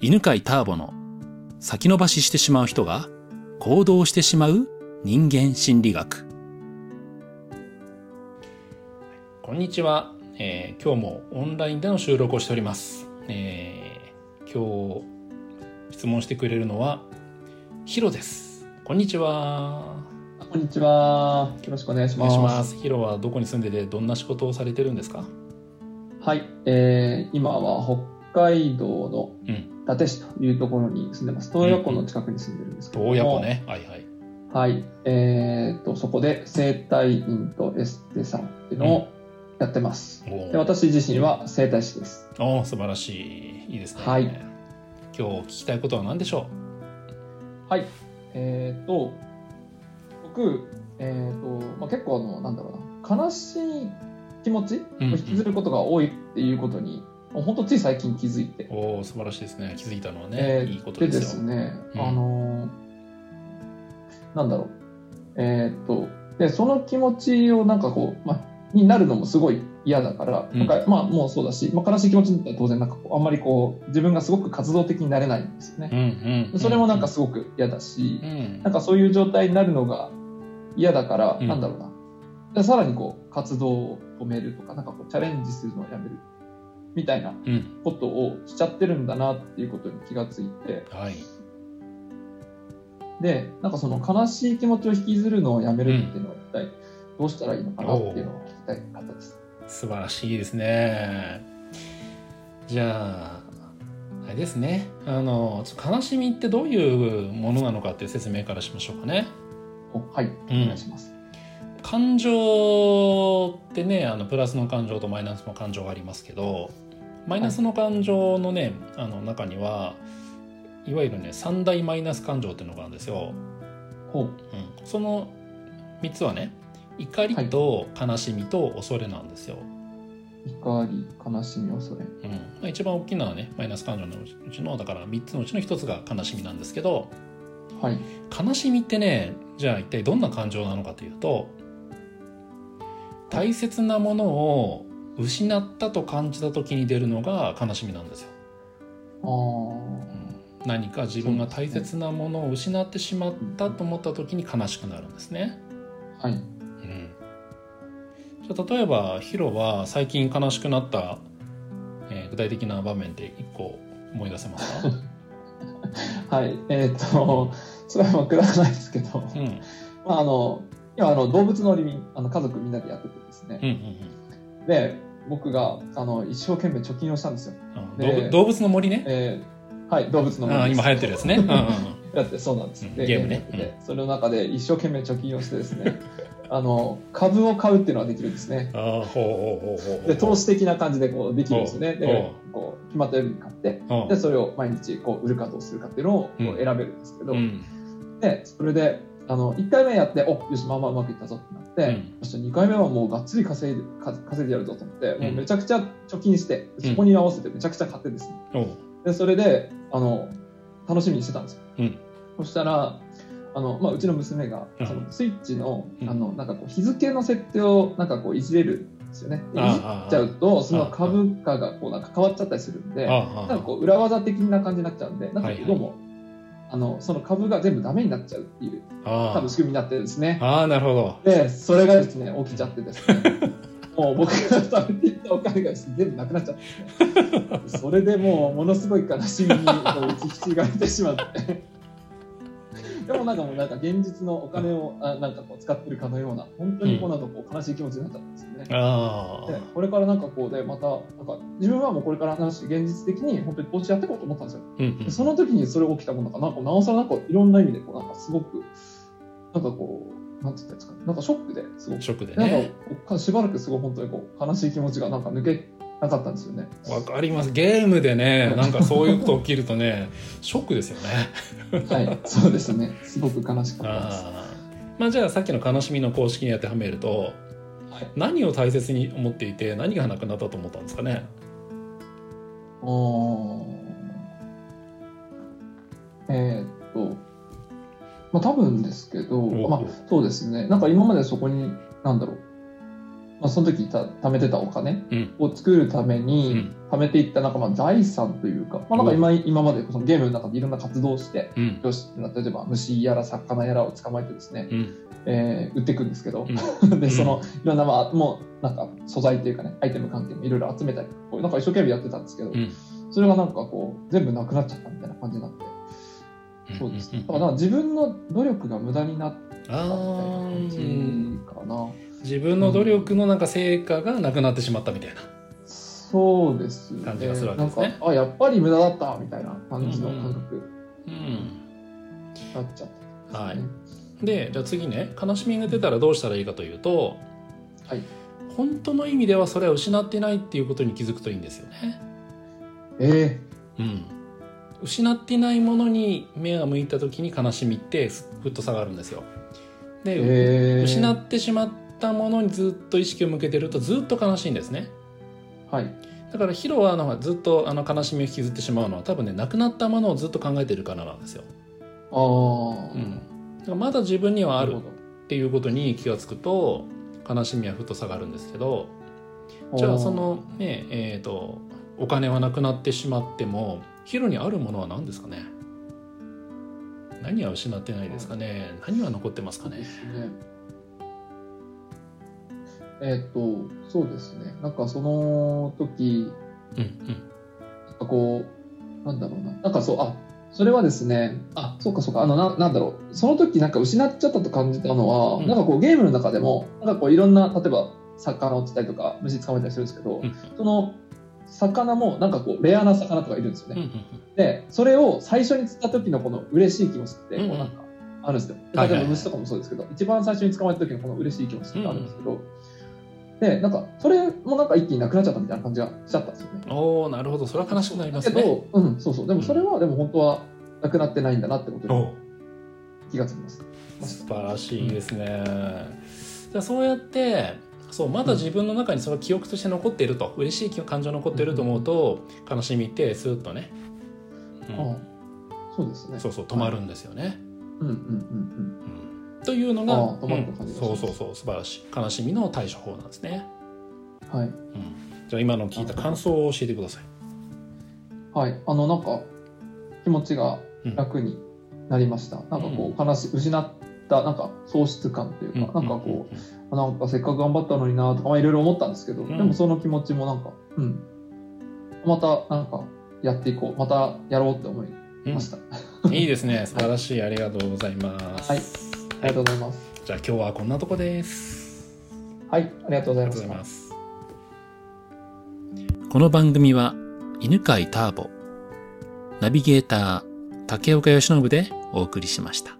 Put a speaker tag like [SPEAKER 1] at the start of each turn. [SPEAKER 1] 犬飼ターボの先延ばししてしまう人が行動してしまう人間心理学こんにちは、えー今日もオンラインでの収録をしております、えー今日質問してくれるのはヒロですこんにちは
[SPEAKER 2] こんにちは。よろしくお願いし
[SPEAKER 1] お
[SPEAKER 2] ま
[SPEAKER 1] 願い
[SPEAKER 2] す。
[SPEAKER 1] しますヒロはどこに住んでてどんな仕事をされてるんですか
[SPEAKER 2] はい、えー今は北海道の
[SPEAKER 1] うん
[SPEAKER 2] 伊達市というところに住んでます。洞爺湖の近くに住んでるんですけども、
[SPEAKER 1] 親子。ねはいはい
[SPEAKER 2] はい、えー、とそこで整体院とエステさんっていうのをやってます。
[SPEAKER 1] お
[SPEAKER 2] で
[SPEAKER 1] ー
[SPEAKER 2] 私自身は整体師です。
[SPEAKER 1] おー素晴らしいいいですね、
[SPEAKER 2] はい
[SPEAKER 1] 今日聞きたいことは何でしょ
[SPEAKER 2] はい、えー、と僕、えーとまあ、結構あのなんだろうな悲しい気持ちを
[SPEAKER 1] うん
[SPEAKER 2] 引きずることが多いっていうことに、もうほんとつい最近気づいて
[SPEAKER 1] う。おお素晴らしいですね気づいたのはね、
[SPEAKER 2] えー
[SPEAKER 1] いいことですよ
[SPEAKER 2] ですね、
[SPEAKER 1] うん
[SPEAKER 2] あのーなんだろう、えーっとでその気持ちをなんかこう、ま、になるのもすごい嫌だから、
[SPEAKER 1] うん
[SPEAKER 2] なんかまあ、もうそうだし、まあ、悲しい気持ちだったら当然なんかこうあんまりこう自分がすごく活動的になれないんですよね
[SPEAKER 1] う。んうんうん
[SPEAKER 2] それもなんかすごく嫌だし
[SPEAKER 1] う、ん
[SPEAKER 2] なんかそういう状態になるのが嫌だから、
[SPEAKER 1] うん
[SPEAKER 2] なんだろうなでさらにこう活動を止めるとかなんかこうチャレンジするのをやめるみたいな
[SPEAKER 1] うん
[SPEAKER 2] ことをしちゃってるんだなっていうことに気がついて
[SPEAKER 1] はい
[SPEAKER 2] でなんかその悲しい気持ちを引きずるのをやめるっていうのは一体どうしたらいいのかなっていうのを聞きたい方です。
[SPEAKER 1] 素晴らしいですねじゃああれですねあのちょっと悲しみってどういうものなのかっていう説明からしましょうかね
[SPEAKER 2] おはい、
[SPEAKER 1] うん
[SPEAKER 2] お願いします。
[SPEAKER 1] 感情ってねあのプラスの感情とマイナスの感情がありますけどマイナスの感情のね、あの中にはいわゆるね三大マイナス感情っていうのがあるんですよ、
[SPEAKER 2] ほう
[SPEAKER 1] うん、その3つはね怒りと悲しみと恐れなんですよ、
[SPEAKER 2] 怒り悲しみ恐れ
[SPEAKER 1] うんまあ、一番大きなねマイナス感情のうちのだから3つのうちの1つが悲しみなんですけど
[SPEAKER 2] はい
[SPEAKER 1] 悲しみってねじゃあ一体どんな感情なのかというと大切なものを失ったと感じた時に出るのが悲しみなんですよ。
[SPEAKER 2] あー
[SPEAKER 1] うん何か自分が大切なものを失ってしまったと思った時に悲しくなるんですね。
[SPEAKER 2] はい
[SPEAKER 1] うん、じゃあ例えばヒロは最近悲しくなった、えー具体的な場面で1個思い出せます か、
[SPEAKER 2] はいえっ、と それはまあくだらないですけど、
[SPEAKER 1] うん、うん
[SPEAKER 2] まああの今あの動物の森にあの家族みんなでやっててです
[SPEAKER 1] うんう
[SPEAKER 2] ね、
[SPEAKER 1] ん
[SPEAKER 2] で僕があの一生懸命貯金をしたんですよ。
[SPEAKER 1] あ
[SPEAKER 2] ね
[SPEAKER 1] 動物動物の森ね。
[SPEAKER 2] えーはい動物の森
[SPEAKER 1] あー
[SPEAKER 2] です
[SPEAKER 1] 今流行ってるやつね。うんうんうん
[SPEAKER 2] だってそうなんです
[SPEAKER 1] う
[SPEAKER 2] よ
[SPEAKER 1] ん
[SPEAKER 2] で
[SPEAKER 1] ゲームね
[SPEAKER 2] やっててそれの中で一生懸命貯金をしてですねあの株を買うっていうのはできるんですね
[SPEAKER 1] ああ、ほうほうほうほう。
[SPEAKER 2] で投資的な感じでこうできるんですよねでこう決まったように買って
[SPEAKER 1] うん、
[SPEAKER 2] でそれを毎日こう売るかどうするかっていうのをこう
[SPEAKER 1] うん
[SPEAKER 2] 選べるんですけど、
[SPEAKER 1] うん、
[SPEAKER 2] でそれであの1回目やっておよしまあまあうまくいったぞってなって、
[SPEAKER 1] うん
[SPEAKER 2] そして2回目はもうがっつり稼いでか稼いでやるぞと思って、もううんめちゃくちゃ貯金して
[SPEAKER 1] うん
[SPEAKER 2] そこに合わせてめちゃくちゃ買ってですね
[SPEAKER 1] おう
[SPEAKER 2] でそれであの楽しみにしてたんですよ、
[SPEAKER 1] うん
[SPEAKER 2] そしたらあの、まあ、うちの娘が
[SPEAKER 1] うん
[SPEAKER 2] そのスイッチの,、
[SPEAKER 1] うん
[SPEAKER 2] あのなんかこう日付の設定をなんかこういじれるんですよねでい
[SPEAKER 1] ああ
[SPEAKER 2] じっちゃうとその株価がこうなんか変わっちゃったりするんで
[SPEAKER 1] あ
[SPEAKER 2] なんかこう裏技的な感じになっちゃうんでなんか
[SPEAKER 1] はいはい
[SPEAKER 2] どうも、あのその株が全部ダメになっちゃうっていう
[SPEAKER 1] あ、あ
[SPEAKER 2] 多分仕組みになってるんですね
[SPEAKER 1] あ、ああ、なるほど。
[SPEAKER 2] でそれがですね起きちゃってですね もう僕が食べていったお金がですね全部なくなっちゃってですねそれでもうものすごい悲しみにこう打ちひしがれてしまってでもなんかもうなんか現実のお金をあなんかこう使ってるかのような本当にこうなんかこう悲しい気持ちになっちゃったんですよね、
[SPEAKER 1] あ
[SPEAKER 2] でこれからなんかこうでまたなんか自分はもうこれから話して現実的に本当に投資やっていこうと思ったんですよ
[SPEAKER 1] あ、うんう
[SPEAKER 2] で
[SPEAKER 1] ん、
[SPEAKER 2] その時にそれ起きたものかなんかなおさらなんかいろんな意味でこうなんかすごくなんかこうなんて言ったんですかねなんかショックですごく、
[SPEAKER 1] ショックで
[SPEAKER 2] なんか
[SPEAKER 1] ね。
[SPEAKER 2] こうしばらくすごい本当にこう悲しい気持ちがなんか抜けなかったんですよね。
[SPEAKER 1] わかります。ゲームでね、なんかそういうこと起きるとね、 ショックですよね。
[SPEAKER 2] はい、 そうですね。すごく悲しかったです。
[SPEAKER 1] ああ。まあじゃあさっきの悲しみの公式に当てはめると、
[SPEAKER 2] はい
[SPEAKER 1] 何を大切に思っていて何がなくなったと思ったんですかね。
[SPEAKER 2] おーえーっと、まあ多分ですけど、
[SPEAKER 1] お
[SPEAKER 2] まあそうですね。なんか今までそこになんだろう。ままあ、その時た貯めてたお金
[SPEAKER 1] うん
[SPEAKER 2] を作るため
[SPEAKER 1] う
[SPEAKER 2] に
[SPEAKER 1] ん
[SPEAKER 2] 貯めていったなんかまあ財産というか,、まあ、なんか今今までそのゲームの中でいろんな活動をして
[SPEAKER 1] うん
[SPEAKER 2] よし例えば虫やら魚やらを捕まえてですね、
[SPEAKER 1] うん
[SPEAKER 2] えー売っていくんですけど、 でそのいろんな、まあ、もうなんか素材というかねアイテム関係もいろいろ集めたりこうなんか一生懸命やってたんですけど、
[SPEAKER 1] うん
[SPEAKER 2] それがなんかこう全部なくなっちゃったみたいな感じになってそうですねだからなんか自分の努力が無駄になったみ
[SPEAKER 1] あ
[SPEAKER 2] たいな感
[SPEAKER 1] ー
[SPEAKER 2] じかな
[SPEAKER 1] 自分の努力のなんか成果がなくなってしまったみたいな。
[SPEAKER 2] そうですね
[SPEAKER 1] 感じがするわけ
[SPEAKER 2] な
[SPEAKER 1] で
[SPEAKER 2] ん
[SPEAKER 1] すね
[SPEAKER 2] かあやっぱり無駄だったみたいな感じの感覚
[SPEAKER 1] うん
[SPEAKER 2] になっちゃった、
[SPEAKER 1] はい
[SPEAKER 2] ですね、
[SPEAKER 1] でじゃあ次ね悲しみが出たらどうしたらいいかというと、
[SPEAKER 2] はい
[SPEAKER 1] 本当の意味ではそれは失ってないっていうことに気づくといいんですよね。
[SPEAKER 2] え
[SPEAKER 1] うん、失っていないものに目が向いた時に悲しみってぐっと下がるんですよ。
[SPEAKER 2] ー、
[SPEAKER 1] で、
[SPEAKER 2] えー、
[SPEAKER 1] 失ってしまったものにずっと意識を向けてるとずっと悲しいんですね。
[SPEAKER 2] はい
[SPEAKER 1] だからヒロはあのずっとあの悲しみを引きずってしまうのは多分ねなくなったものをずっと考えてるからなんですよ。
[SPEAKER 2] ああ、
[SPEAKER 1] うん、だからまだ自分にはあ
[SPEAKER 2] なる
[SPEAKER 1] る
[SPEAKER 2] ほ
[SPEAKER 1] っていうことに気がつくと悲しみはふっと下がるんですけど
[SPEAKER 2] ど
[SPEAKER 1] じゃあそのねえーとお金はなくなってしまってもヒロにあるものは何ですかね何は失ってないですかね何は残ってますか
[SPEAKER 2] で
[SPEAKER 1] ね
[SPEAKER 2] すね。えーっと、そうですね。なんかその時、
[SPEAKER 1] うんうん
[SPEAKER 2] なんかこう、なんだろうな。なんかそう、あ、それはですね、あ、そうかそうか、あの、ななんだろう。その時なんか失っちゃったと感じたのは、
[SPEAKER 1] うん
[SPEAKER 2] なんかこうゲームの中でも、なんかこういろんな、例えば魚を釣ったりとか、虫捕まえたりするんですけど、
[SPEAKER 1] うん
[SPEAKER 2] その、魚もなんかこうレアな魚とかいるんですよね
[SPEAKER 1] うんう。ん
[SPEAKER 2] でそれを最初に釣った時のこの嬉しい気持ちって
[SPEAKER 1] うん
[SPEAKER 2] こうなんかあるんですよ、
[SPEAKER 1] はいはい
[SPEAKER 2] 例えば虫とかもそうですけど一番最初に捕まえた時のこの嬉しい気持ちってあるんですけど、でなんかそれもなんか一気になくなっちゃったみたいな感じがしちゃったんですよね。
[SPEAKER 1] うんおおなるほどそれは悲しくなりま
[SPEAKER 2] だ
[SPEAKER 1] す
[SPEAKER 2] け
[SPEAKER 1] ね。
[SPEAKER 2] ど、うん、そうそうでもそれはでも本当はなくなってないんだなってこと に
[SPEAKER 1] お
[SPEAKER 2] 気がつきます。
[SPEAKER 1] 素晴らしいですね。じゃあそうやってそうまだ自分の中にその記憶として残っていると、嬉しい感情残っていると思うと、悲しみってスーッとね、うん
[SPEAKER 2] あそうですね。
[SPEAKER 1] そうそう止まるんですよね。
[SPEAKER 2] うんうんうん
[SPEAKER 1] うんというのが
[SPEAKER 2] あー止まると感じがし
[SPEAKER 1] そ
[SPEAKER 2] ま
[SPEAKER 1] う
[SPEAKER 2] す
[SPEAKER 1] そうそう素晴らしい悲しみの対処法なんですね。
[SPEAKER 2] うん。はい
[SPEAKER 1] じゃあ今の聞いた感想を教えてください。
[SPEAKER 2] はい、あのなんか気持ちが楽になりました、なんかこう悲し失ったなんか喪失感というか、なんかこ
[SPEAKER 1] う
[SPEAKER 2] うなんかせっかく頑張ったのになとかまあいろいろ思ったんですけど、
[SPEAKER 1] ん
[SPEAKER 2] でもその気持ちもなんか、うん、またなんかやっていこうまたやろうって思い
[SPEAKER 1] ん
[SPEAKER 2] ました、あ
[SPEAKER 1] うんいいですね素晴らしいありがとうございます。
[SPEAKER 2] はいりがとうございます
[SPEAKER 1] じゃあ今日はこんなとこです。
[SPEAKER 2] はいありがとうござ
[SPEAKER 1] ありがと
[SPEAKER 2] いま
[SPEAKER 1] うご
[SPEAKER 2] し
[SPEAKER 1] ざ
[SPEAKER 2] た
[SPEAKER 1] います。この番組は犬飼ターボ、ナビゲーター竹岡由伸でお送りしました。